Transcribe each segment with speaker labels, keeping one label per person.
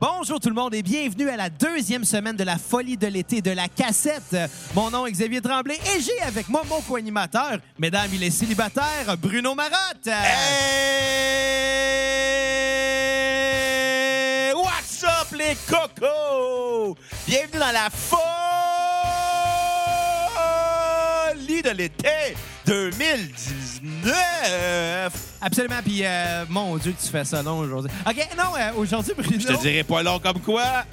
Speaker 1: Bonjour tout le monde et bienvenue à la deuxième semaine de la folie de l'été de la cassette. Euh, Mon nom est Xavier Tremblay et j'ai avec moi mon co-animateur, mesdames, il est célibataire, Bruno Marotte.
Speaker 2: Hey! What's up les cocos? Bienvenue dans la folie de l'été 2019.
Speaker 1: Absolument, puis euh, mon Dieu que tu fais ça long aujourd'hui. OK, non, euh, aujourd'hui, Bruno,
Speaker 2: Je te dirais pas long comme quoi.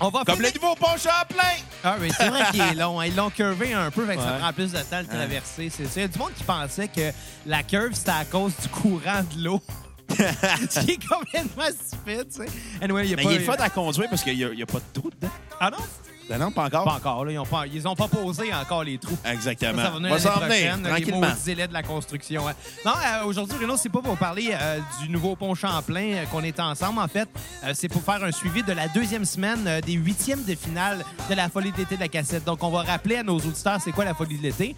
Speaker 1: on va
Speaker 2: Comme le
Speaker 1: finir-
Speaker 2: nouveau pont Champlain.
Speaker 1: Ah oui, c'est vrai qu'il est long. hein. Ils l'ont curvé un peu, fait que ça
Speaker 2: Ouais.
Speaker 1: prend plus de temps de traverser. C'est ça. Il y a du monde qui pensait que la curve, c'était à cause du courant de l'eau. Ce qui est complètement stupide, tu sais. Anyway, il y a
Speaker 2: Mais
Speaker 1: pas...
Speaker 2: Ben, il est fun à conduire parce qu'il n'y a, pas de trou dedans.
Speaker 1: Ah non?
Speaker 2: Ben non, pas encore.
Speaker 1: Pas encore, là. Ils ont pas, ils ont pas posé encore les trous. Ça,
Speaker 2: Exactement.
Speaker 1: ça va venir
Speaker 2: On va s'en
Speaker 1: l'année
Speaker 2: venir,
Speaker 1: prochaine, Les
Speaker 2: tranquillement.
Speaker 1: maudits délais de la construction. hein. Non, euh, aujourd'hui, Renaud, c'est pas pour parler euh, du nouveau pont Champlain euh, qu'on est ensemble. En fait, euh, c'est pour faire un suivi de la deuxième semaine euh, des huitièmes de finale de la folie de l'été de la cassette. Donc, on va rappeler à nos auditeurs c'est quoi la folie de l'été.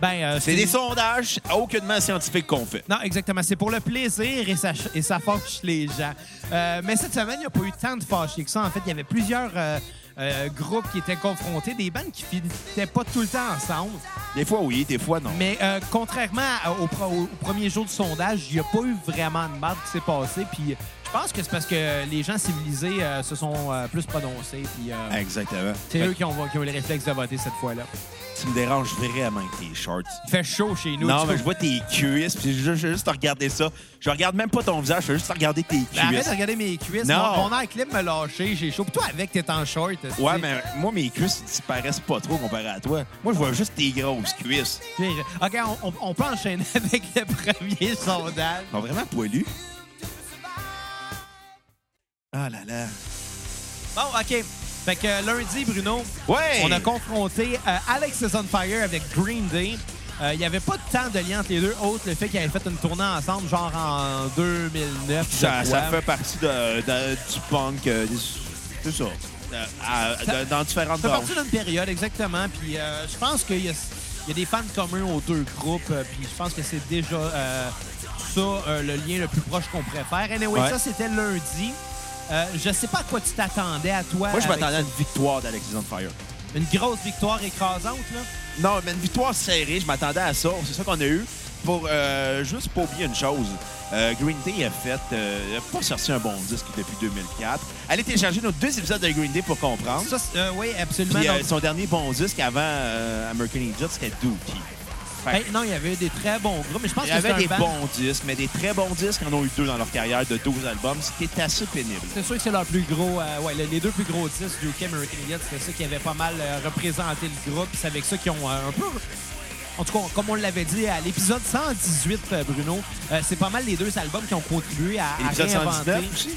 Speaker 1: Ben, euh,
Speaker 2: C'est des sondages aucunement scientifiques qu'on fait.
Speaker 1: non, exactement. C'est pour le plaisir et ça, et ça fâche les gens. Euh, mais cette semaine, il n'y a pas eu tant de fâchés que ça. En fait, il y avait plusieurs euh, euh, groupes qui étaient confrontés, des bandes qui n'étaient pas tout le temps ensemble.
Speaker 2: Des fois oui, des fois non.
Speaker 1: Mais euh, contrairement à- au, pro- au premier jour du sondage, il n'y a pas eu vraiment de marde qui s'est passé. Puis je pense que c'est parce que les gens civilisés euh, se sont euh, plus prononcés. Puis euh,
Speaker 2: Exactement.
Speaker 1: c'est eux qui ont, qui ont eu le réflexe de voter cette fois-là.
Speaker 2: Tu me déranges vraiment avec tes shorts.
Speaker 1: Il fait chaud chez nous.
Speaker 2: Non,
Speaker 1: tu
Speaker 2: mais
Speaker 1: vois.
Speaker 2: je vois tes cuisses, puis je, je veux juste te regarder ça. Je regarde même pas ton visage, je veux juste te regarder tes
Speaker 1: Ben, Arrête
Speaker 2: cuisses.
Speaker 1: de regarder mes cuisses.
Speaker 2: Non.
Speaker 1: Mon, mon air clim me lâché, j'ai chaud. Puis toi, avec, t'es en short. tu sais.
Speaker 2: ouais, mais moi, mes cuisses ils disparaissent pas trop comparé à toi. Moi, je vois juste tes grosses cuisses.
Speaker 1: Puis, OK, on, on- on peut enchaîner avec le premier sondage.
Speaker 2: Ils sont vraiment poilues. Ah là là.
Speaker 1: Bon, OK. Fait que euh, lundi, Bruno,
Speaker 2: Ouais!
Speaker 1: On a confronté euh, Alex is on fire avec Green Day. Euh, Il n'y avait pas tant de lien entre les deux, autre le fait qu'ils avaient fait une tournée ensemble, genre en 2009.
Speaker 2: ça,
Speaker 1: je
Speaker 2: ça
Speaker 1: crois.
Speaker 2: fait partie de, de- du punk. euh, des- C'est ça. Euh, à-
Speaker 1: Ça-
Speaker 2: de- dans différentes
Speaker 1: Ça fait
Speaker 2: formes.
Speaker 1: partie d'une période, exactement. Puis euh, je pense qu'il y, a- il y a des fans communs aux deux groupes. euh, Puis je pense que c'est déjà euh, ça euh, le lien le plus proche qu'on préfère. Anyway,
Speaker 2: Ouais.
Speaker 1: ça c'était lundi. Euh, je sais pas à quoi tu t'attendais à toi.
Speaker 2: Moi, je
Speaker 1: avec
Speaker 2: m'attendais à une victoire d'Alex on Fire.
Speaker 1: Une grosse victoire écrasante, là.
Speaker 2: Non, mais une victoire serrée, je m'attendais à ça. C'est ça qu'on a eu. Pour, euh, juste pour oublier une chose, euh, Green Day a fait, euh, a pas sorti un bon disque depuis 2004. Allez télécharger nos deux épisodes de Green Day pour comprendre.
Speaker 1: Ça, c'est- euh, oui, absolument.
Speaker 2: Puis euh,
Speaker 1: Donc,
Speaker 2: son dernier bon disque avant euh, American Idiot, c'était Dookie. Fait
Speaker 1: ben,
Speaker 2: que
Speaker 1: non, il y avait des très bons groupes, mais je pense
Speaker 2: Il y
Speaker 1: que c'est
Speaker 2: avait
Speaker 1: un
Speaker 2: des
Speaker 1: band-
Speaker 2: bons disques, mais des très bons disques. Ils en ont eu deux dans leur carrière de 12 albums. C'était assez pénible.
Speaker 1: C'est sûr que c'est leur plus gros, euh, ouais, le- les deux plus gros disques du American Idiot, c'était ça qui avait pas mal euh, représenté le groupe. puis C'est avec ça qu'ils ont euh, un peu. En tout cas, on- comme on l'avait dit à l'épisode 118, euh, Bruno, euh, c'est pas mal les deux albums qui ont contribué à, à
Speaker 2: Et l'épisode
Speaker 1: réinventer.
Speaker 2: 119 aussi?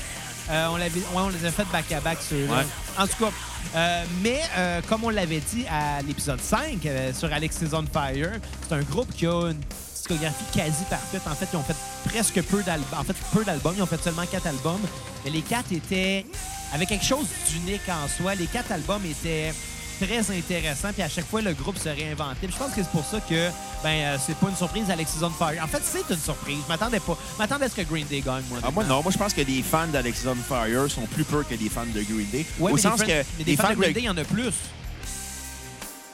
Speaker 1: Euh, on, l'avait- ouais, on les a fait back-à-back, ceux-là.
Speaker 2: Ouais.
Speaker 1: En tout cas, euh, mais euh, comme on l'avait dit à l'épisode 5 euh, sur Alex is on Fire, c'est un groupe qui a une discographie quasi parfaite. En fait, ils ont fait presque peu d'albums. En fait, peu d'albums. Ils ont fait seulement quatre albums. Mais les quatre étaient avec quelque chose d'unique en soi. Les quatre albums étaient très intéressants. Puis à chaque fois, le groupe se réinventait. Puis je pense que c'est pour ça que ben euh, c'est pas une surprise Alex is on Fire. En fait, c'est une surprise. Je m'attendais pas. Je m'attendais à ce que Green Day gagne, moi.
Speaker 2: Ah, moi, non. Moi, je pense que les fans d'Alex on Fire sont plus peurs que les fans de Green Day.
Speaker 1: Ouais, mais
Speaker 2: Au
Speaker 1: des
Speaker 2: sens
Speaker 1: fans-
Speaker 2: que
Speaker 1: mais des
Speaker 2: les
Speaker 1: fans de Green
Speaker 2: de-
Speaker 1: Day, il y en a plus.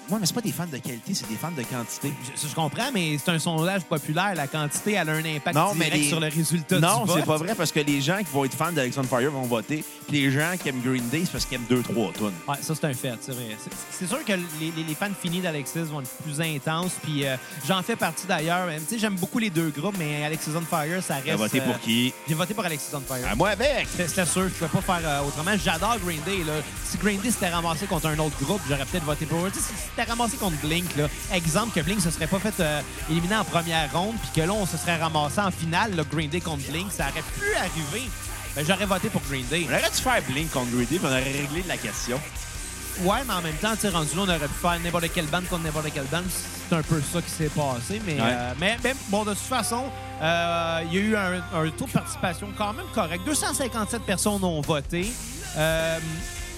Speaker 2: Moi, mais c'est pas des fans de qualité, c'est des fans de quantité.
Speaker 1: Je, je comprends, mais c'est un sondage populaire. La quantité elle a un impact
Speaker 2: Non, mais
Speaker 1: direct
Speaker 2: les-
Speaker 1: sur le résultat
Speaker 2: Non,
Speaker 1: du vote.
Speaker 2: c'est pas vrai parce que les gens qui vont être fans d'Alexandre Fire vont voter, puis les gens qui aiment Green Day, c'est parce qu'ils aiment deux trois tonnes.
Speaker 1: Ouais, ça, c'est un fait, c'est vrai. C'est- C'est sûr que les, les- les fans finis d'Alexis vont être plus intenses, puis euh, j'en fais partie d'ailleurs. Euh, Tu sais, j'aime beaucoup les deux groupes, mais Alexis on Fire, ça reste...
Speaker 2: T'as voté
Speaker 1: euh,
Speaker 2: pour qui Ah,
Speaker 1: J'ai voté pour Alexis on Fire.
Speaker 2: À moi avec.
Speaker 1: C'était c'était sûr, je pouvais pas faire euh, autrement. J'adore Green Day. Là. Si Green Day s'était ramassé contre un autre groupe, j'aurais peut-être voté pour eux. Tu sais, Si c'était ramassé contre Blink, là, exemple que Blink se serait pas fait euh, éliminer en première ronde, puis que là, on se serait ramassé en finale, là, Green Day contre Blink, ça aurait pu arriver. Ben, j'aurais voté pour Green Day.
Speaker 2: On aurait dû faire Blink contre Green Day, puis on aurait réglé la question.
Speaker 1: Ouais, mais en même temps, tu sais, rendu là, on aurait pu faire n'importe quelle bande contre n'importe quelle bande. C'est un peu ça qui s'est passé. Mais,
Speaker 2: Ouais.
Speaker 1: euh, mais, mais bon, de toute façon, euh, il y a eu un, un taux de participation quand même correct. 257 personnes ont voté. Euh,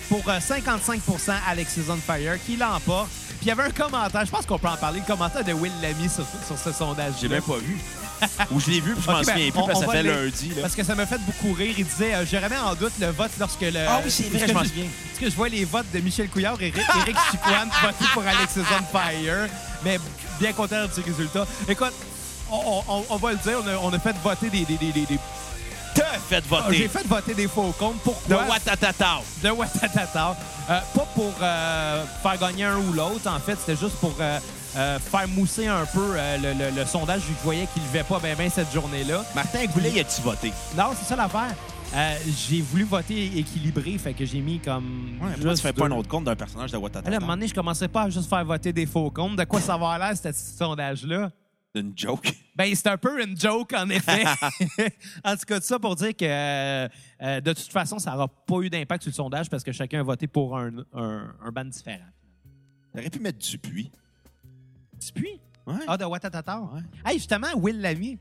Speaker 1: pour euh, 55 Alexis on Fire qui l'emporte. Puis il y avait un commentaire, je pense qu'on peut en parler, le commentaire de Will Lamy sur, sur ce sondage.
Speaker 2: J'ai même pas vu. Ou je l'ai vu, puis je m'en
Speaker 1: Ok, ben,
Speaker 2: souviens plus,
Speaker 1: on- on
Speaker 2: parce que ça
Speaker 1: va
Speaker 2: fait
Speaker 1: le-
Speaker 2: lundi. là.
Speaker 1: Parce que ça m'a fait beaucoup rire. Il disait euh, Je remets en doute le vote lorsque le.
Speaker 2: Ah oui, c'est vrai,
Speaker 1: Parce
Speaker 2: je
Speaker 1: que
Speaker 2: m'en souviens.
Speaker 1: Parce que je vois les votes de Michel Couillard et Eric, Eric Chicoine voter pour Alex on Fire. Mais bien content du résultat. Écoute, on, on- on va le dire, on a, on a fait voter des. des- des- des- des-
Speaker 2: T'as fait
Speaker 1: Ah, J'ai
Speaker 2: voter
Speaker 1: fait voter des faux comptes.
Speaker 2: de
Speaker 1: Pourquoi?
Speaker 2: Watatata.
Speaker 1: de Watatata. Euh, pas pour euh, faire gagner un ou l'autre, en fait, c'était juste pour euh, euh, faire mousser un peu euh, le, le- le sondage. Je voyais qu'il ne levait pas bien ben cette journée-là.
Speaker 2: Martin Goulet, il a-tu voté?
Speaker 1: Non, c'est ça l'affaire. Euh, j'ai voulu voter équilibré, fait que j'ai mis comme.
Speaker 2: Ouais,
Speaker 1: juste
Speaker 2: tu fais pas un
Speaker 1: deux.
Speaker 2: autre compte d'un personnage de
Speaker 1: Là, à un
Speaker 2: Watatata.
Speaker 1: moment donné, je commençais pas à juste faire voter des faux comptes. De quoi ça va l'air, ce petit sondage-là?
Speaker 2: C'est une joke.
Speaker 1: Ben, c'est un peu une joke, en effet. en tout cas, tout ça pour dire que euh, euh, de toute façon, ça n'aura pas eu d'impact sur le sondage parce que chacun a voté pour un, un, un ban différent.
Speaker 2: T'aurais pu mettre Dupuis.
Speaker 1: Puis,
Speaker 2: Ouais.
Speaker 1: ah, de Watatata.
Speaker 2: Ouais.
Speaker 1: Hey, justement, Will Lamy.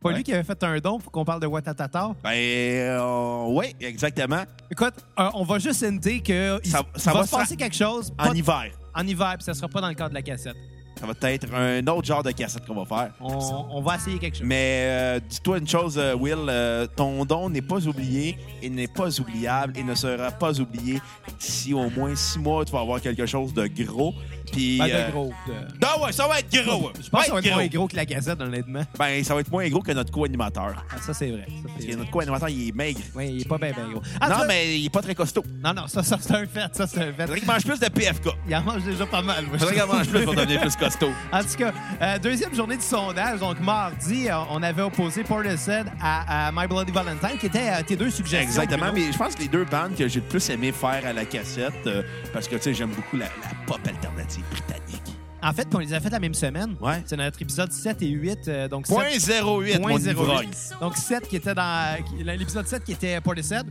Speaker 1: Pas
Speaker 2: Ouais.
Speaker 1: lui qui avait fait un don pour qu'on parle de Watatata.
Speaker 2: Ben, euh, ouais, exactement.
Speaker 1: Écoute, euh, on va juste indiquer que il
Speaker 2: Ça- ça
Speaker 1: va,
Speaker 2: va
Speaker 1: se
Speaker 2: se
Speaker 1: passer quelque chose
Speaker 2: En
Speaker 1: pas-
Speaker 2: hiver.
Speaker 1: en hiver, puis ça sera pas dans le cadre de la cassette.
Speaker 2: Ça va être un autre genre de cassette qu'on va faire.
Speaker 1: On, on va essayer quelque chose.
Speaker 2: Mais euh, dis-toi une chose, euh, Will, euh, ton don n'est pas oublié, il n'est pas oubliable et ne sera pas oublié d'ici au moins six mois. Tu vas avoir quelque chose de gros. Puis,
Speaker 1: Pas
Speaker 2: euh,
Speaker 1: Ben, de gros. de-
Speaker 2: Ah ouais, ça va être gros.
Speaker 1: Je pense que ça va être
Speaker 2: gros.
Speaker 1: moins gros que la cassette, honnêtement.
Speaker 2: Ben, ça va être moins gros que notre co-animateur.
Speaker 1: Ah, ça, c'est vrai. Ça,
Speaker 2: Parce
Speaker 1: c'est
Speaker 2: que
Speaker 1: vrai.
Speaker 2: notre co-animateur, il est maigre.
Speaker 1: Oui, il est pas bien, bien gros. Ah,
Speaker 2: non,
Speaker 1: ça-
Speaker 2: mais il est pas très costaud.
Speaker 1: Non, non, ça, ça c'est un fait. Ça, c'est un fait.
Speaker 2: Faudrait qu'il mange plus de PFK.
Speaker 1: Il en mange déjà pas mal. moi, je
Speaker 2: Faudrait qu'il en mange plus pour devenir plus costaud.
Speaker 1: En tout cas, euh, deuxième journée du sondage. Donc, mardi, euh, on avait opposé Portishead à, à My Bloody Valentine, qui était euh, tes deux suggestions.
Speaker 2: Exactement,
Speaker 1: Bruno.
Speaker 2: mais je pense que les deux bandes que j'ai le plus aimé faire à la cassette, euh, parce que tu sais, j'aime beaucoup la, la pop alternative britannique.
Speaker 1: En fait, on les a fait la même semaine.
Speaker 2: Ouais.
Speaker 1: C'est notre épisode 7 et 8. euh, donc, 7
Speaker 2: Point 08, mon
Speaker 1: 0.08.
Speaker 2: ivrogne.
Speaker 1: Donc 7 qui était dans qui- l'épisode 7 qui était Portishead.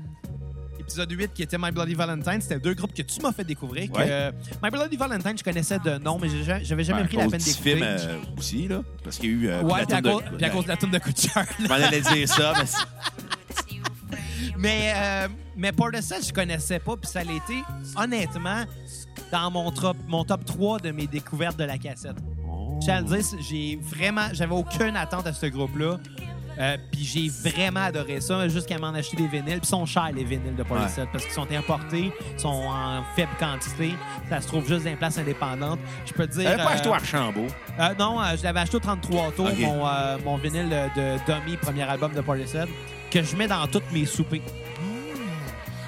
Speaker 1: Épisode 8 qui était My Bloody Valentine, c'était deux groupes que tu m'as fait découvrir. que,
Speaker 2: Ouais.
Speaker 1: euh, My Bloody Valentine, je connaissais de nom, mais j'ai ja- j'avais jamais
Speaker 2: Ben,
Speaker 1: pris
Speaker 2: à
Speaker 1: la
Speaker 2: cause
Speaker 1: peine
Speaker 2: du
Speaker 1: d'écouter.
Speaker 2: film euh, aussi, là, parce qu'il y a eu... euh,
Speaker 1: ouais, puis à,
Speaker 2: la toune
Speaker 1: cause, puis à cause de la toune de coup de cœur, là.
Speaker 2: Je m'en allais dire ça, mais c'est-
Speaker 1: Mais, euh, mais Portishead, je connaissais pas, puis ça l'a été, honnêtement, dans mon top, mon top 3 de mes découvertes de la cassette.
Speaker 2: Euh,
Speaker 1: Je tiens à le dire, c'est- j'ai vraiment, j'avais aucune attente à ce groupe-là. Euh, puis j'ai vraiment adoré ça jusqu'à m'en acheter des vinyles. Puis ils sont chers, les vinyles de Portishead, parce qu'ils sont importés, ils sont en faible quantité. Ça se trouve juste dans les places indépendantes. Je peux te dire.
Speaker 2: T'avais pas
Speaker 1: euh,
Speaker 2: acheté au Archambault.
Speaker 1: euh, non, euh, je l'avais acheté au 33 tours,
Speaker 2: Ok.
Speaker 1: mon, euh, mon vinyle de Dummy, premier album de Portishead, que je mets dans toutes mes soupers.
Speaker 2: Hmm.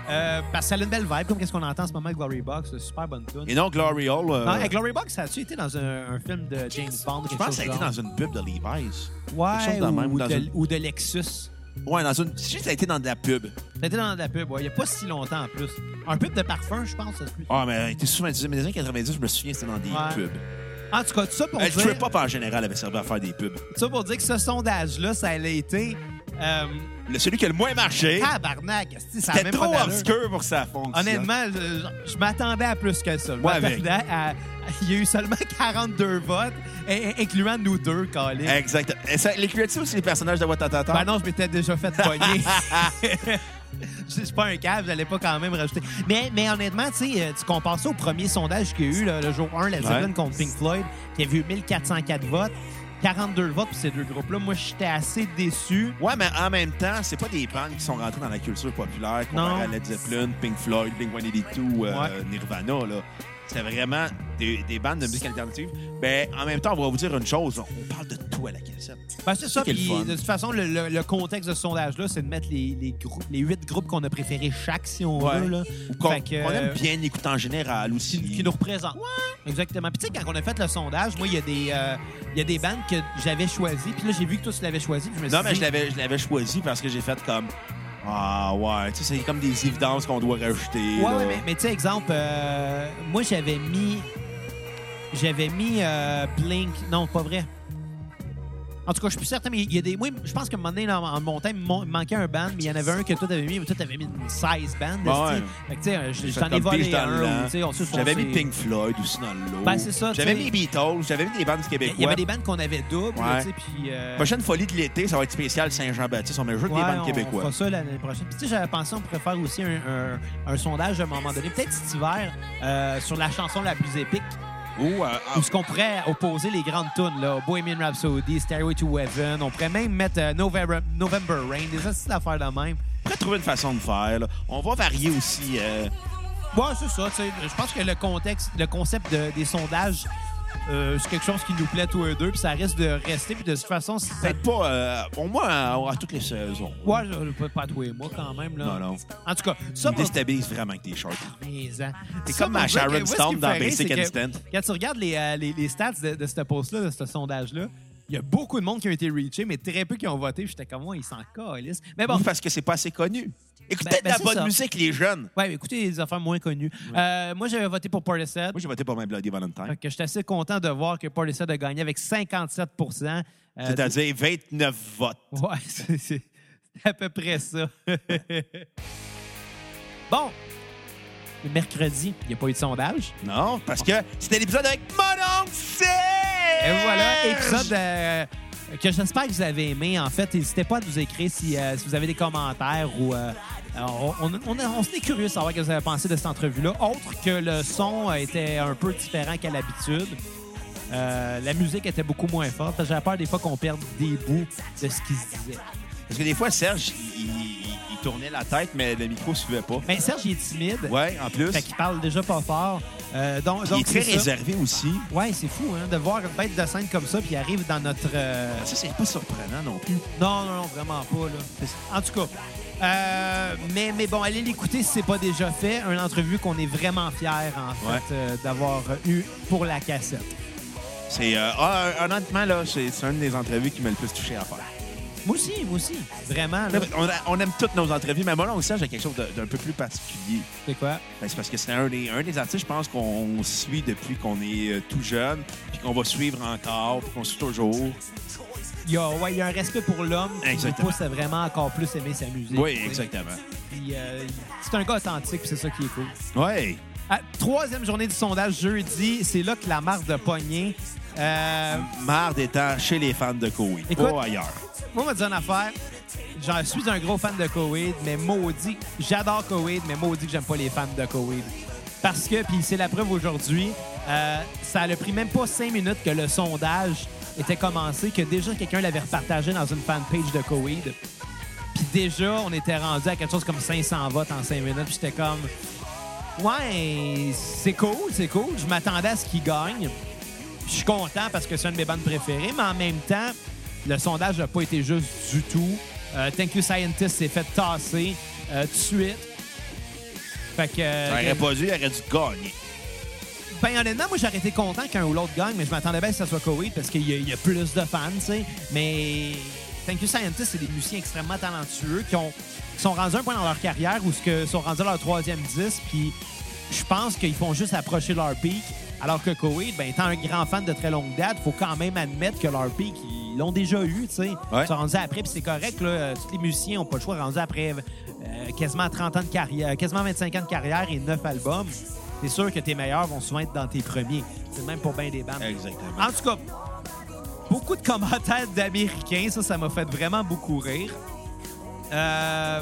Speaker 1: Euh, parce que ça a une belle vibe, comme qu'est-ce qu'on entend en ce moment avec Glory Box, c'est une super bonne tune.
Speaker 2: Et non, Glory Hall, euh,
Speaker 1: Non, hey, Glory Box, ça a-tu été dans un, un film de James Bond?
Speaker 2: je pense que ça a été dans une pub de Levi's. quelque
Speaker 1: Ouais,
Speaker 2: chose de même,
Speaker 1: ou,
Speaker 2: dans
Speaker 1: de,
Speaker 2: une-
Speaker 1: ou de Lexus.
Speaker 2: Ouais, dans une... Je sais que ça a été dans de la pub.
Speaker 1: Ça a été dans de la pub, ouais, il n'y a pas si longtemps en plus. Un pub de parfum, je pense, ça se peut.
Speaker 2: Ah, mais elle était souvent utilisée. Mais dans les années 90, je me souviens, c'était dans des
Speaker 1: Ouais.
Speaker 2: pubs.
Speaker 1: En tout cas, tout ça pour
Speaker 2: Euh,
Speaker 1: dire...
Speaker 2: Le trip-hop, en général, avait servi à faire des pubs.
Speaker 1: tout ça pour dire que ce sondage-là, ça a été... Euh,
Speaker 2: Le, celui qui a le moins marché...
Speaker 1: tabarnak, esti, ça a
Speaker 2: C'était
Speaker 1: même pas
Speaker 2: trop
Speaker 1: d'allure.
Speaker 2: obscur pour que ça fonctionne.
Speaker 1: Honnêtement, je, je m'attendais à plus que ça. Je
Speaker 2: Moi avec.
Speaker 1: m'attendais à... Il y a eu seulement 42 votes, et- et- incluant nous deux, Colin.
Speaker 2: Exact. Et ça- Les culottes aussi, les personnages de Watatata.
Speaker 1: Ben non, je m'étais déjà fait pogner. Je je suis pas un cave, j'allais pas quand même rajouter. Mais, mais honnêtement, tu sais, euh, tu compares ça au premier sondage qu'il y a eu là, le jour 1, la Zeppelin contre Pink Floyd, qui avait eu 1404 votes, 42 votes pour ces deux groupes-là. Moi, j'étais assez déçu.
Speaker 2: Ouais, mais en même temps, c'est pas des bandes qui sont rentrées dans la culture populaire
Speaker 1: Non.
Speaker 2: comparé à Led Zeppelin, Pink Floyd, Blink-182, euh,
Speaker 1: Ouais.
Speaker 2: Nirvana, là. C'était vraiment des, des bandes de musique alternative. Ben, en même temps, on va vous dire une chose. On parle de tout à la cassette.
Speaker 1: Ben, c'est ça.
Speaker 2: qui est le
Speaker 1: puis,
Speaker 2: fun.
Speaker 1: de toute façon, le, le- le contexte de ce sondage-là, c'est de mettre les, les, groupes- les huit groupes qu'on a préférés chaque, si on
Speaker 2: Ouais.
Speaker 1: veut. Là.
Speaker 2: Ou qu'on
Speaker 1: Fait que,
Speaker 2: qu'on aime
Speaker 1: euh,
Speaker 2: bien écouter en général aussi.
Speaker 1: qui, qui nous représente. Exactement. Puis tu sais, quand on a fait le sondage, moi, il y a des, euh, il y a des bandes que j'avais choisies. Puis là, j'ai vu que toi, tu l'avais choisi. Puis je me suis
Speaker 2: Non, mais
Speaker 1: dit,
Speaker 2: je l'avais, je l'avais choisi parce que j'ai fait comme. Ah, ouais. Tu sais, c'est comme des évidences qu'on doit rajouter.
Speaker 1: Ouais,
Speaker 2: là.
Speaker 1: ouais, mais, mais tu sais, exemple, euh, moi, j'avais mis. J'avais mis euh, Blink. Non, pas vrai. En tout cas, je suis plus certain, mais il y a des. Moi, je pense qu'à un moment donné, en, en montant, il me mon- il manquait un band, mais il y en avait un que toi, t'avais mis, mais toi, t'avais mis une size band.
Speaker 2: Ouais.
Speaker 1: esti. Fait que, tu sais, euh, je-
Speaker 2: J'ai
Speaker 1: j'en
Speaker 2: fait
Speaker 1: ai
Speaker 2: comme Pige
Speaker 1: volé
Speaker 2: dans le
Speaker 1: un.
Speaker 2: lent.
Speaker 1: ou, tu sais, on sait- on
Speaker 2: J'avais
Speaker 1: sait-
Speaker 2: mis Pink Floyd aussi dans le lot.
Speaker 1: Ben, c'est ça, tu
Speaker 2: J'avais
Speaker 1: sais.
Speaker 2: mis Beatles, j'avais mis des bandes québécois.
Speaker 1: Il y avait des bandes qu'on avait doubles,
Speaker 2: Ouais.
Speaker 1: tu sais, puis. euh,
Speaker 2: La Prochaine folie de l'été, ça va être spécial Saint-Jean-Baptiste. On met juste des
Speaker 1: Ouais,
Speaker 2: bandes
Speaker 1: on
Speaker 2: québécois.
Speaker 1: fera ça l'année prochaine. Puis, tu sais, j'avais pensé, on pourrait faire aussi un, un- un sondage à un moment donné, peut-être cet hiver, euh, sur la chanson la plus épique
Speaker 2: Ou, euh,
Speaker 1: Où ce qu'on pourrait opposer les grandes tunes, là, Bohemian Rhapsody, Stairway to Heaven. On pourrait même mettre euh, November, November Rain, des astuces d'affaires de même.
Speaker 2: après trouver une façon de faire, là. on va varier aussi. euh,
Speaker 1: Ouais, c'est ça. tu sais, Je pense que le contexte, le concept de- des sondages, euh, c'est quelque chose qui nous plaît tous les deux, puis ça risque de rester. Puis de toute façon, si ça-
Speaker 2: Peut-être pas, euh, au moins à, à toutes les saisons.
Speaker 1: Ouais, je- pas, pas toi et moi quand même. Là.
Speaker 2: Non, non.
Speaker 1: En tout cas,
Speaker 2: Tu
Speaker 1: ça,
Speaker 2: me déstabilises vraiment avec tes shorts.
Speaker 1: T'es
Speaker 2: T'es hein. comme ma Sharon Stone dans Basic Instinct.
Speaker 1: Quand tu regardes les, euh, les, les stats de, de ce post-là, de ce sondage-là, il y a beaucoup de monde qui ont été reachés, mais très peu qui ont voté. J'étais comme, moi, ils s'en calissent. Mais bon,
Speaker 2: Ou parce que c'est pas assez connu. Écoutez
Speaker 1: Ben,
Speaker 2: de
Speaker 1: ben,
Speaker 2: la
Speaker 1: c'est
Speaker 2: bonne
Speaker 1: ça.
Speaker 2: musique, les jeunes.
Speaker 1: ouais, mais écoutez les affaires moins connues. Euh, moi, j'avais voté pour Portishead.
Speaker 2: Moi, j'ai voté pour My Bloody Valentine.
Speaker 1: Fait que j'étais assez content de voir que Portishead a gagné avec 57 euh,
Speaker 2: C'est-à-dire 29 votes.
Speaker 1: Ouais, c'est c'est à peu près ça. bon, le mercredi, il n'y a pas eu de sondage.
Speaker 2: Non, parce que c'était l'épisode avec mon oncle Serge!
Speaker 1: Et voilà, épisode euh, que j'espère que vous avez aimé. En fait, n'hésitez pas à nous écrire si, euh, si vous avez des commentaires ou. euh, on, on, on, on serait curieux de savoir ce que vous avez pensé de cette entrevue-là, autre que le son euh, était un peu différent qu'à l'habitude. Euh, la musique était beaucoup moins forte. J'avais peur des fois qu'on perde des bouts de ce qui se disait.
Speaker 2: Parce que des fois, Serge, il, il- il tournait la tête, mais le micro suivait pas.
Speaker 1: Mais Ben, Serge, il est timide.
Speaker 2: Ouais, en plus.
Speaker 1: Fait qu'il parle déjà pas fort. Euh, donc,
Speaker 2: il est
Speaker 1: donc,
Speaker 2: très
Speaker 1: c'est ça.
Speaker 2: réservé aussi.
Speaker 1: Ouais, c'est fou, hein, de voir une bête de scène comme ça, puis il arrive dans notre. euh,
Speaker 2: Ça, c'est pas surprenant non plus.
Speaker 1: Non, non, non, vraiment pas, là. En tout cas. euh, mais, mais bon, allez l'écouter si c'est pas déjà fait. Une entrevue qu'on est vraiment fiers, en fait,
Speaker 2: Ouais.
Speaker 1: euh, d'avoir eu pour la cassette.
Speaker 2: C'est, euh, ah, honnêtement, là, c'est c'est une des entrevues qui m'a le plus touché à faire.
Speaker 1: Moi aussi, moi aussi. Vraiment, là.
Speaker 2: Là, On, a- on aime toutes nos entrevues, mais mon oncle Serge a quelque chose de- d'un peu plus particulier.
Speaker 1: C'est quoi?
Speaker 2: Ben, c'est parce que c'est un des, un des artistes, je pense, qu'on suit depuis qu'on est euh, tout jeune, puis qu'on va suivre encore, puis qu'on suit toujours.
Speaker 1: Il y a, ouais, il y a un respect pour l'homme qui nous
Speaker 2: Exactement.
Speaker 1: pousse à vraiment encore plus aimer sa musique.
Speaker 2: Oui,
Speaker 1: tu sais.
Speaker 2: exactement.
Speaker 1: Puis, euh, c'est un gars authentique, puis c'est ça qui est cool.
Speaker 2: Oui.
Speaker 1: Ah, troisième journée du sondage jeudi, c'est là que la marque de poignée. Euh,
Speaker 2: Marre d'étant chez les fans de Koei,
Speaker 1: Écoute- euh,
Speaker 2: pas ailleurs.
Speaker 1: moi, on m'a dit une affaire. J'en suis un gros fan de Koweïd, mais maudit. J'adore Koweïd, mais maudit que j'aime pas les fans de Koweïd. Parce que, puis c'est la preuve aujourd'hui, euh, ça a pris même pas cinq minutes que le sondage était commencé, que déjà quelqu'un l'avait repartagé dans une fanpage de Koweïd. Puis déjà, on était rendu à quelque chose comme 500 votes en 5 minutes. Puis j'étais comme, ouais, c'est cool, c'est cool. Je m'attendais à ce qu'il gagne. Puis Je suis content parce que c'est une de mes bandes préférées, mais en même temps, le sondage n'a pas été juste du tout. Euh, Thank You Scientist s'est fait tasser euh, tout de suite. Fait que. euh,
Speaker 2: Il aurait pas dû, il aurait dû gagner.
Speaker 1: Ben honnêtement, moi j'aurais été content qu'un ou l'autre gagne, mais je m'attendais bien que ça soit Koweït parce qu'il y, a- il y a plus de fans, tu sais. Mais Thank You Scientist, c'est des musiciens extrêmement talentueux qui, ont, qui sont rendus à un point dans leur carrière où ce que sont rendus à leur troisième disque, puis je pense qu'ils font juste approcher leur pic. Alors que Koweït, ben étant un grand fan de très longue date, faut quand même admettre que leur pic, ils l'ont déjà eu, tu sais.
Speaker 2: Ouais.
Speaker 1: Ils sont rendus après, puis c'est correct, là. Euh, Tous les musiciens n'ont pas le choix, rendus après euh, quasiment 30 ans de carrière, euh, quasiment 25 ans de carrière et 9 albums. C'est sûr que tes meilleurs vont souvent être dans tes premiers. C'est le même pour bien des bandes.
Speaker 2: Exactement.
Speaker 1: En tout cas, beaucoup de commentaires d'Américains, ça, ça m'a fait vraiment beaucoup rire. Euh,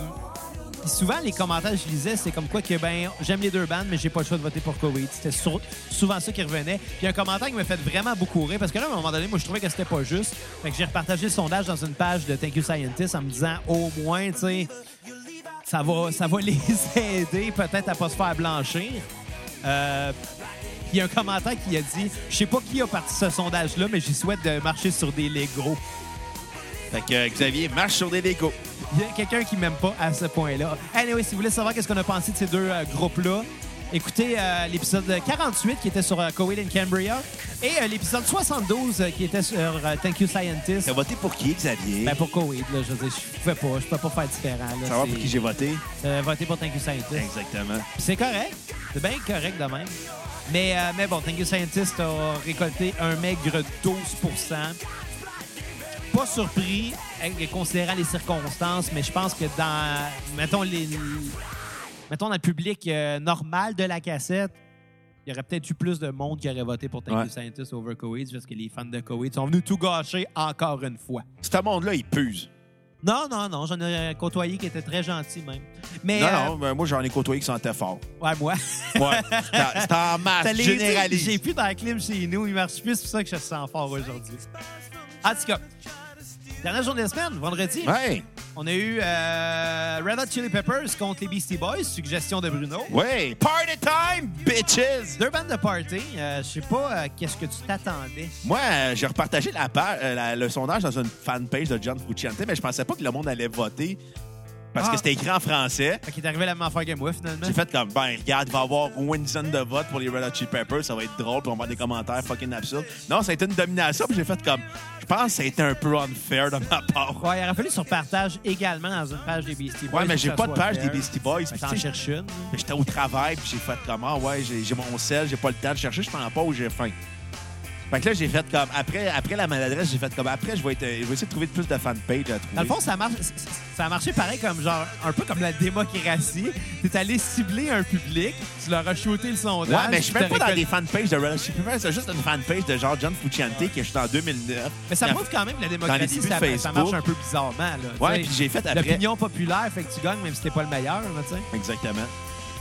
Speaker 1: puis souvent, les commentaires que je lisais, c'est comme quoi que, ben, j'aime les deux bandes, mais j'ai pas le choix de voter pour Koweït. C'était sur- souvent ça qui revenait. Puis il y a un commentaire qui m'a fait vraiment beaucoup rire, parce que là, à un moment donné, moi, je trouvais que c'était pas juste. Fait que j'ai repartagé le sondage dans une page de Thank You Scientist en me disant, au moins, tu sais, ça va, ça va les aider peut-être à pas se faire blanchir. Euh, il y a un commentaire qui a dit Je sais pas qui a parti ce sondage-là, mais j'y souhaite de marcher sur des Legos.
Speaker 2: Fait que euh, Xavier marche sur des Legos.
Speaker 1: Il y a quelqu'un qui m'aime pas à ce point-là. Anyway, si vous voulez savoir qu'est-ce qu'on a pensé de ces deux euh, groupes-là, écoutez euh, l'épisode 48 qui était sur euh, Coheed and Cambria et euh, l'épisode 72 euh, qui était sur euh, Thank You Scientist.
Speaker 2: T'as voté pour qui, Xavier?
Speaker 1: Ben pour Coheed, là, je veux dire, je pouvais pas, je pouvais pas faire différent. Là,
Speaker 2: Savoir
Speaker 1: C'est-
Speaker 2: pour qui j'ai voté?
Speaker 1: Euh, voter pour Thank You Scientist.
Speaker 2: Exactement.
Speaker 1: Puis C'est correct. C'est bien correct de même. Mais, euh, mais bon, Thank You Scientist a récolté un maigre 12 Pas surpris, eh, considérant les circonstances, mais je pense que dans, mettons, les, mettons dans le public euh, normal de la cassette, il y aurait peut-être eu plus de monde qui aurait voté pour Thank
Speaker 2: Ouais.
Speaker 1: You Scientist over Coheed parce que les fans de Coheed sont venus tout gâcher encore une fois.
Speaker 2: Ce monde-là, il puse.
Speaker 1: Non, non, non. J'en ai euh, côtoyé qui était très gentil, même. Mais,
Speaker 2: non,
Speaker 1: euh,
Speaker 2: non, ben, moi, j'en ai côtoyé qui sentaient fort.
Speaker 1: Ouais, moi.
Speaker 2: Ouais. C'était- C'était
Speaker 1: Ça
Speaker 2: en masse,
Speaker 1: l'est dit,
Speaker 2: généralisé.
Speaker 1: J'ai plus d'air-clim chez nous. Il marche plus. C'est pour ça que je sens fort aujourd'hui. En tout cas, dernière journée de semaine, vendredi,
Speaker 2: Ouais,
Speaker 1: on a eu euh, Red Hot Chili Peppers contre les Beastie Boys, suggestion de Bruno.
Speaker 2: ouais. Party time, bitches!
Speaker 1: Deux bandes de party. Euh, je sais pas euh, qu'est-ce que tu t'attendais.
Speaker 2: Moi, euh, j'ai repartagé la pa- euh, la- le sondage dans une fanpage de John Frucciante, mais je pensais pas que le monde allait voter parce
Speaker 1: Ah.
Speaker 2: que c'était écrit en français.
Speaker 1: Fait qu'il est arrivé la même affaire que moi, finalement.
Speaker 2: J'ai fait comme, ben, regarde, il va y avoir au moins une dizaine de votes pour les Red Hot Chili Peppers. Ça va être drôle, puis on va avoir des commentaires fucking absurdes. Non, ça a été une domination, puis j'ai fait comme, je pense que ça a été un peu unfair de ma part.
Speaker 1: Ouais, il aurait fallu sur partage également dans une page des Beastie Boys.
Speaker 2: Ouais, mais
Speaker 1: pour
Speaker 2: j'ai
Speaker 1: que
Speaker 2: pas
Speaker 1: ça
Speaker 2: de
Speaker 1: soit
Speaker 2: page des
Speaker 1: fair.
Speaker 2: Beastie Boys.
Speaker 1: Ben,
Speaker 2: puis
Speaker 1: T'en
Speaker 2: tu sais,
Speaker 1: cherches une.
Speaker 2: mais J'étais au travail, puis j'ai fait comme, ah ouais, j'ai j'ai mon sel, j'ai pas le temps de chercher, je prends pas où j'ai faim. Fait que là, j'ai fait comme, après, après la maladresse, j'ai fait comme, après, je vais, être- je vais essayer de trouver plus de fanpage à trouver.
Speaker 1: Dans le fond, ça, marche, c- c- ça a marché pareil comme genre, un peu comme la démocratie. T'es allé cibler un public, tu leur as shooté le sondage.
Speaker 2: Ouais, mais je suis même
Speaker 1: puis
Speaker 2: pas
Speaker 1: t'as
Speaker 2: dans
Speaker 1: récolté-
Speaker 2: des fanpages de Red Hot Chili Peppers, c'est juste une fanpage de genre John Fuciante que je suis en 2009.
Speaker 1: Mais ça
Speaker 2: La-
Speaker 1: prouve quand même que la
Speaker 2: Dans les
Speaker 1: démocratie,
Speaker 2: débuts de
Speaker 1: ça, ça
Speaker 2: Facebook.
Speaker 1: marche un peu bizarrement. Là,
Speaker 2: Ouais,
Speaker 1: tu sais.
Speaker 2: puis j'ai fait après.
Speaker 1: L'opinion populaire fait que tu gagnes même si t'es pas le meilleur. Là, tu sais.
Speaker 2: Exactement.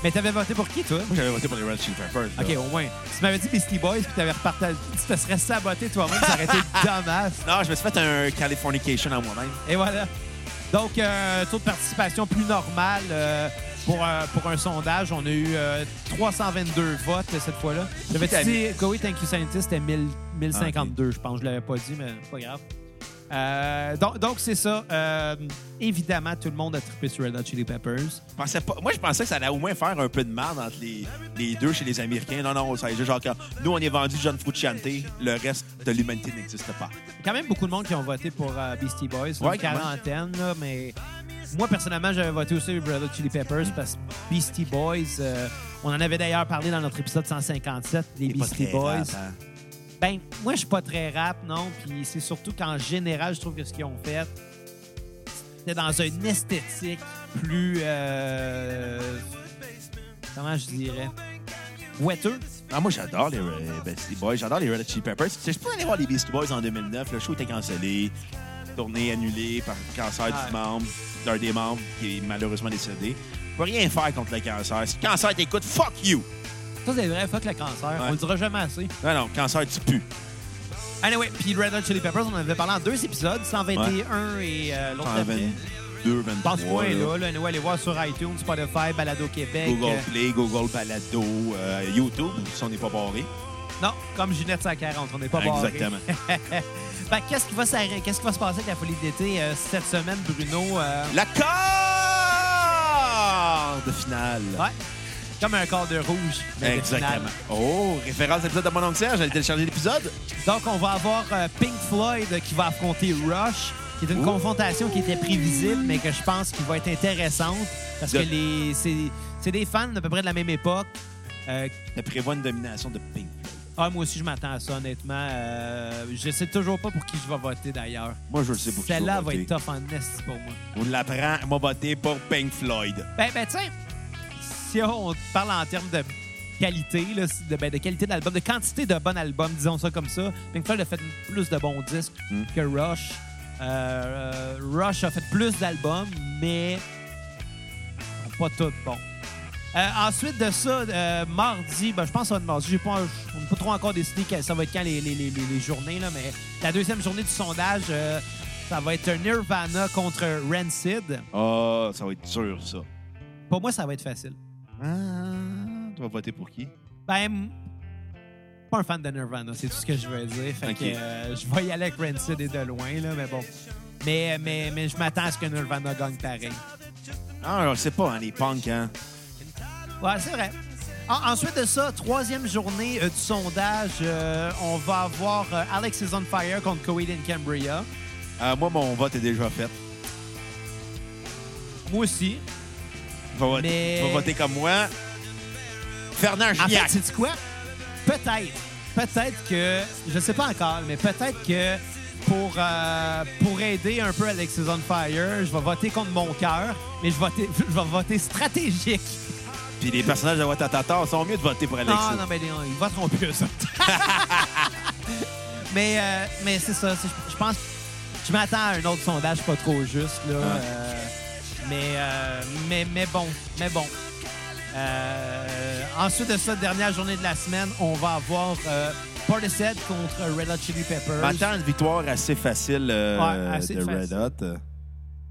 Speaker 1: mais t'avais voté pour qui, toi?
Speaker 2: Moi, j'avais voté pour les Red Hot Chili Peppers. là.
Speaker 1: OK, au moins. Si tu m'avais dit Beastie Boys puis t'avais repartagé, tu te serais saboté toi-même, ça aurait été dommage.
Speaker 2: Non, je me suis fait un Californication à moi-même.
Speaker 1: Et voilà. Donc, euh, taux de participation plus normal euh, pour, un- pour un sondage. On a eu euh, 322 votes cette fois-là. J'avais
Speaker 2: Qui t'a Ah,
Speaker 1: dit Go Thank You Scientist, c'était 1000 1052, je pense. Je l'avais pas dit, mais pas grave. Euh, donc, donc, c'est ça. Euh, évidemment, tout le monde a trippé sur Red Hot Chili Peppers.
Speaker 2: Je pensais pas- Moi, je pensais que ça allait au moins faire un peu de mal entre les, les deux chez les Américains. Non, non, ça a été genre quand nous, on est vendu John Frucciante, le reste de l'humanité n'existe pas.
Speaker 1: Quand même beaucoup de monde qui ont voté pour euh, Beastie Boys.
Speaker 2: Ouais,
Speaker 1: une
Speaker 2: quand même.
Speaker 1: quarantaine, là, mais moi, personnellement, j'avais voté aussi pour Red Hot Chili Peppers parce que Beastie Boys, euh, on en avait d'ailleurs parlé dans notre épisode 157 des
Speaker 2: Il est pas
Speaker 1: Beastie
Speaker 2: très
Speaker 1: Boys.
Speaker 2: grave, hein.
Speaker 1: Ben, moi, je suis pas très rap, non. Puis c'est surtout qu'en général, je trouve que ce qu'ils ont fait, c'était dans une esthétique plus. euh, comment je dirais Ouetteux.
Speaker 2: Ah, moi, j'adore les Red- Beastie Boys. J'adore les Red Hot Chili Peppers. Tu sais, Je suis pas allé voir les Beastie Boys en 2009. Le show était cancellé. Tournée annulée par cancer
Speaker 1: Ouais.
Speaker 2: du membre, d'un des membres qui est malheureusement décédé. Je peux rien faire contre le cancer. Si le cancer t'écoute, fuck you!
Speaker 1: Ça, c'est vrai, fuck le cancer. On le dira jamais assez.
Speaker 2: Non, non, cancer, tu pues.
Speaker 1: Anyway, puis Red Hot Chili Peppers, on en avait parlé en deux épisodes, 121 et euh, l'autre après.
Speaker 2: 122,
Speaker 1: Dans
Speaker 2: 23.
Speaker 1: ce coin-là,
Speaker 2: là.
Speaker 1: là, anyway, allez voir sur iTunes, Spotify, Balado Québec.
Speaker 2: Google
Speaker 1: euh,
Speaker 2: Play, Google Balado, euh, YouTube, si on n'est pas barré.
Speaker 1: non, comme Ginette 140, on n'est pas barré.
Speaker 2: Exactement.
Speaker 1: Ben, qu'est-ce qui va s'arr- qu'est-ce qui va se passer avec la folie d'été euh, cette semaine, Bruno? euh,
Speaker 2: La corde finale.
Speaker 1: Ouais. Comme un quart de rouge. mais de
Speaker 2: Exactement.
Speaker 1: finale.
Speaker 2: Oh, référence à l'épisode de mon oncle Serge. J'allais télécharger l'épisode.
Speaker 1: Donc, on va avoir euh, Pink Floyd qui va affronter Rush, qui est une
Speaker 2: Ouh.
Speaker 1: confrontation qui était prévisible, mais que je pense qui va être intéressante parce que
Speaker 2: De-
Speaker 1: les c'est- c'est des fans d'à peu près de la même époque. Euh,
Speaker 2: Je prévois une domination de Pink.
Speaker 1: ah, moi aussi, je m'attends à ça, honnêtement. Euh, je sais toujours pas pour qui je vais voter, d'ailleurs.
Speaker 2: Moi, je le sais pour qui je vais
Speaker 1: Celle-là va
Speaker 2: voter.
Speaker 1: être tough en esti pour moi.
Speaker 2: On l'apprend, on va voter pour Pink Floyd.
Speaker 1: Ben, ben tiens, si on parle en termes de qualité, là, si- de, ben, de qualité de l'album, de quantité de bons albums, disons ça comme ça, Pink Floyd a fait plus de bons disques
Speaker 2: Mm.
Speaker 1: que Rush. Euh, euh, Rush a fait plus d'albums, mais pas tout bon. Euh, ensuite de ça, euh, mardi, ben, je pense que ça va être mardi. J'ai Pas, on n'a pas trop encore décidé que ça va être quand les, les- les- les- les journées, là, mais la deuxième journée du sondage, euh, ça va être Nirvana contre Rancid.
Speaker 2: Ah, ça va être dur, ça.
Speaker 1: Pour moi, ça va être facile.
Speaker 2: Ah, tu vas voter pour qui?
Speaker 1: Ben, m- pas un fan de Nirvana, c'est tout ce que je veux dire. Fait
Speaker 2: Ok.
Speaker 1: que euh, je vais y aller avec Rancid et de loin, là, mais bon. Mais, mais, mais je m'attends à ce que Nirvana gagne pareil.
Speaker 2: Ah, je sais pas, hein, les punks, hein.
Speaker 1: Ouais, c'est vrai. En- ensuite de ça, troisième journée euh, du sondage, euh, on va avoir euh, Alex is on fire contre Coed and Cambria.
Speaker 2: Euh, moi, mon vote est déjà fait.
Speaker 1: Moi aussi.
Speaker 2: Tu vas voter,
Speaker 1: Mais-
Speaker 2: tu vas voter comme moi. Fernand
Speaker 1: En fait,
Speaker 2: Gignac.
Speaker 1: c'est quoi? Peut-être. Peut-être que, je sais pas encore, mais peut-être que pour, euh, pour aider un peu Alexis on Fire, je vais voter contre mon cœur, mais je vais, voter- je vais voter stratégique.
Speaker 2: Puis les personnages de Watatata sont mieux de voter pour Alexis.
Speaker 1: Ah non, mais non, ils voteront plus, eux autres. mais euh, mais c'est ça. c'est- Je pense Je m'attends à un autre sondage pas trop juste, là.
Speaker 2: Ah.
Speaker 1: euh, mais, euh, mais, mais bon, mais bon. Euh, ensuite de ça, dernière journée de la semaine, on va avoir euh, Portishead contre Red Hot Chili Peppers.
Speaker 2: M'attends une victoire assez facile euh,
Speaker 1: Ouais, assez
Speaker 2: de
Speaker 1: facile.
Speaker 2: Red Hot.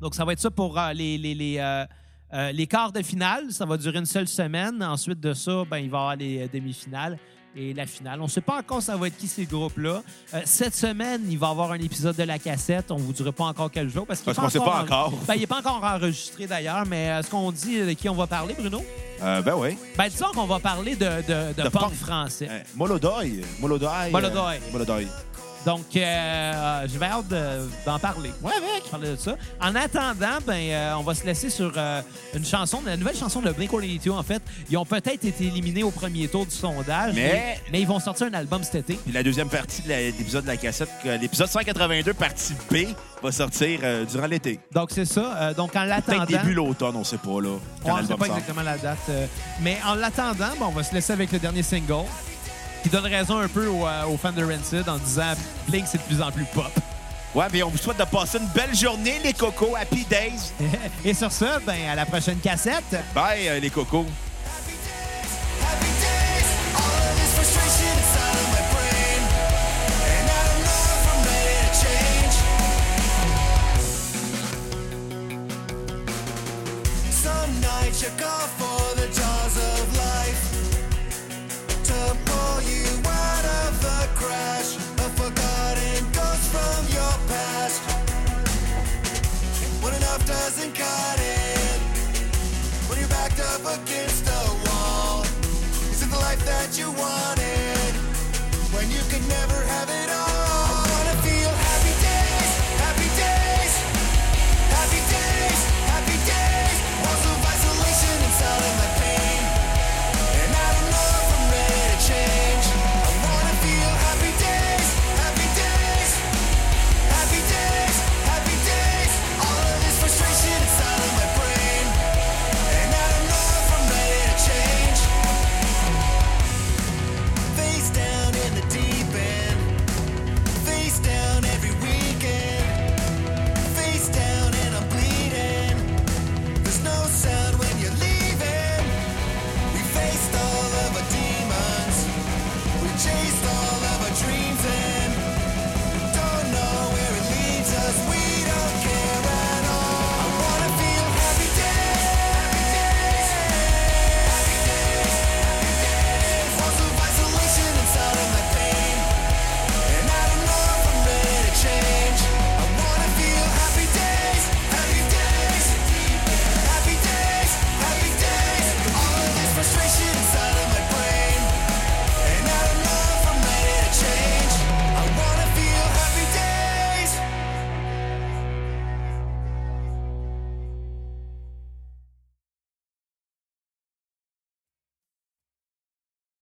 Speaker 1: Donc, ça va être ça pour euh, les, les, les, euh, euh, les quarts de finale. Ça va durer une seule semaine. Ensuite de ça, ben, il va y avoir les euh, demi-finales et la finale. On ne sait pas encore ça va être qui ces groupes-là. Euh, cette semaine, il va y avoir un épisode de la cassette. On ne vous dira pas encore quel jour. Parce, qu'il
Speaker 2: Parce
Speaker 1: est
Speaker 2: qu'on sait pas encore.
Speaker 1: Ben, il n'est pas encore enregistré d'ailleurs, mais euh, est-ce qu'on dit de qui on va parler, Bruno?
Speaker 2: Euh, ben oui.
Speaker 1: Ben, disons qu'on va parler de, de, de
Speaker 2: De
Speaker 1: punk
Speaker 2: punk.
Speaker 1: français.
Speaker 2: Euh, Molodoy. Molodoy.
Speaker 1: Molodoy.
Speaker 2: euh, Molodoy.
Speaker 1: Donc, euh, euh, j'avais hâte de- d'en parler.
Speaker 2: Ouais, mec.
Speaker 1: parler de ça. En attendant, ben, euh, on va se laisser sur euh, une chanson, la nouvelle chanson de Blink-182, en fait. Ils ont peut-être été éliminés au premier tour du sondage,
Speaker 2: Mais-
Speaker 1: ils vont sortir un album cet été.
Speaker 2: Puis la deuxième partie de la- l'épisode de la cassette, que l'épisode 182, partie B, va sortir euh, durant l'été.
Speaker 1: Donc, c'est ça. Euh, donc, en l'attendant...
Speaker 2: Peut-être début l'automne, on sait pas, là.
Speaker 1: Ouais,
Speaker 2: Quand
Speaker 1: on sait
Speaker 2: l'album
Speaker 1: pas
Speaker 2: sort.
Speaker 1: exactement la date. euh, mais en l'attendant, bon, on va se laisser avec le dernier single qui donne raison un peu aux, euh, aux fans de Rancid en disant Blink, c'est de plus en plus pop.
Speaker 2: Ouais, mais on vous souhaite de passer une belle journée, les cocos. Happy days.
Speaker 1: Et sur ça, ben, à la prochaine cassette.
Speaker 2: Bye, euh, les cocos.
Speaker 3: Happy days, happy days. All of this frustration inside of my brain, and I don't know if I'm ready to change. Some nights you're gone for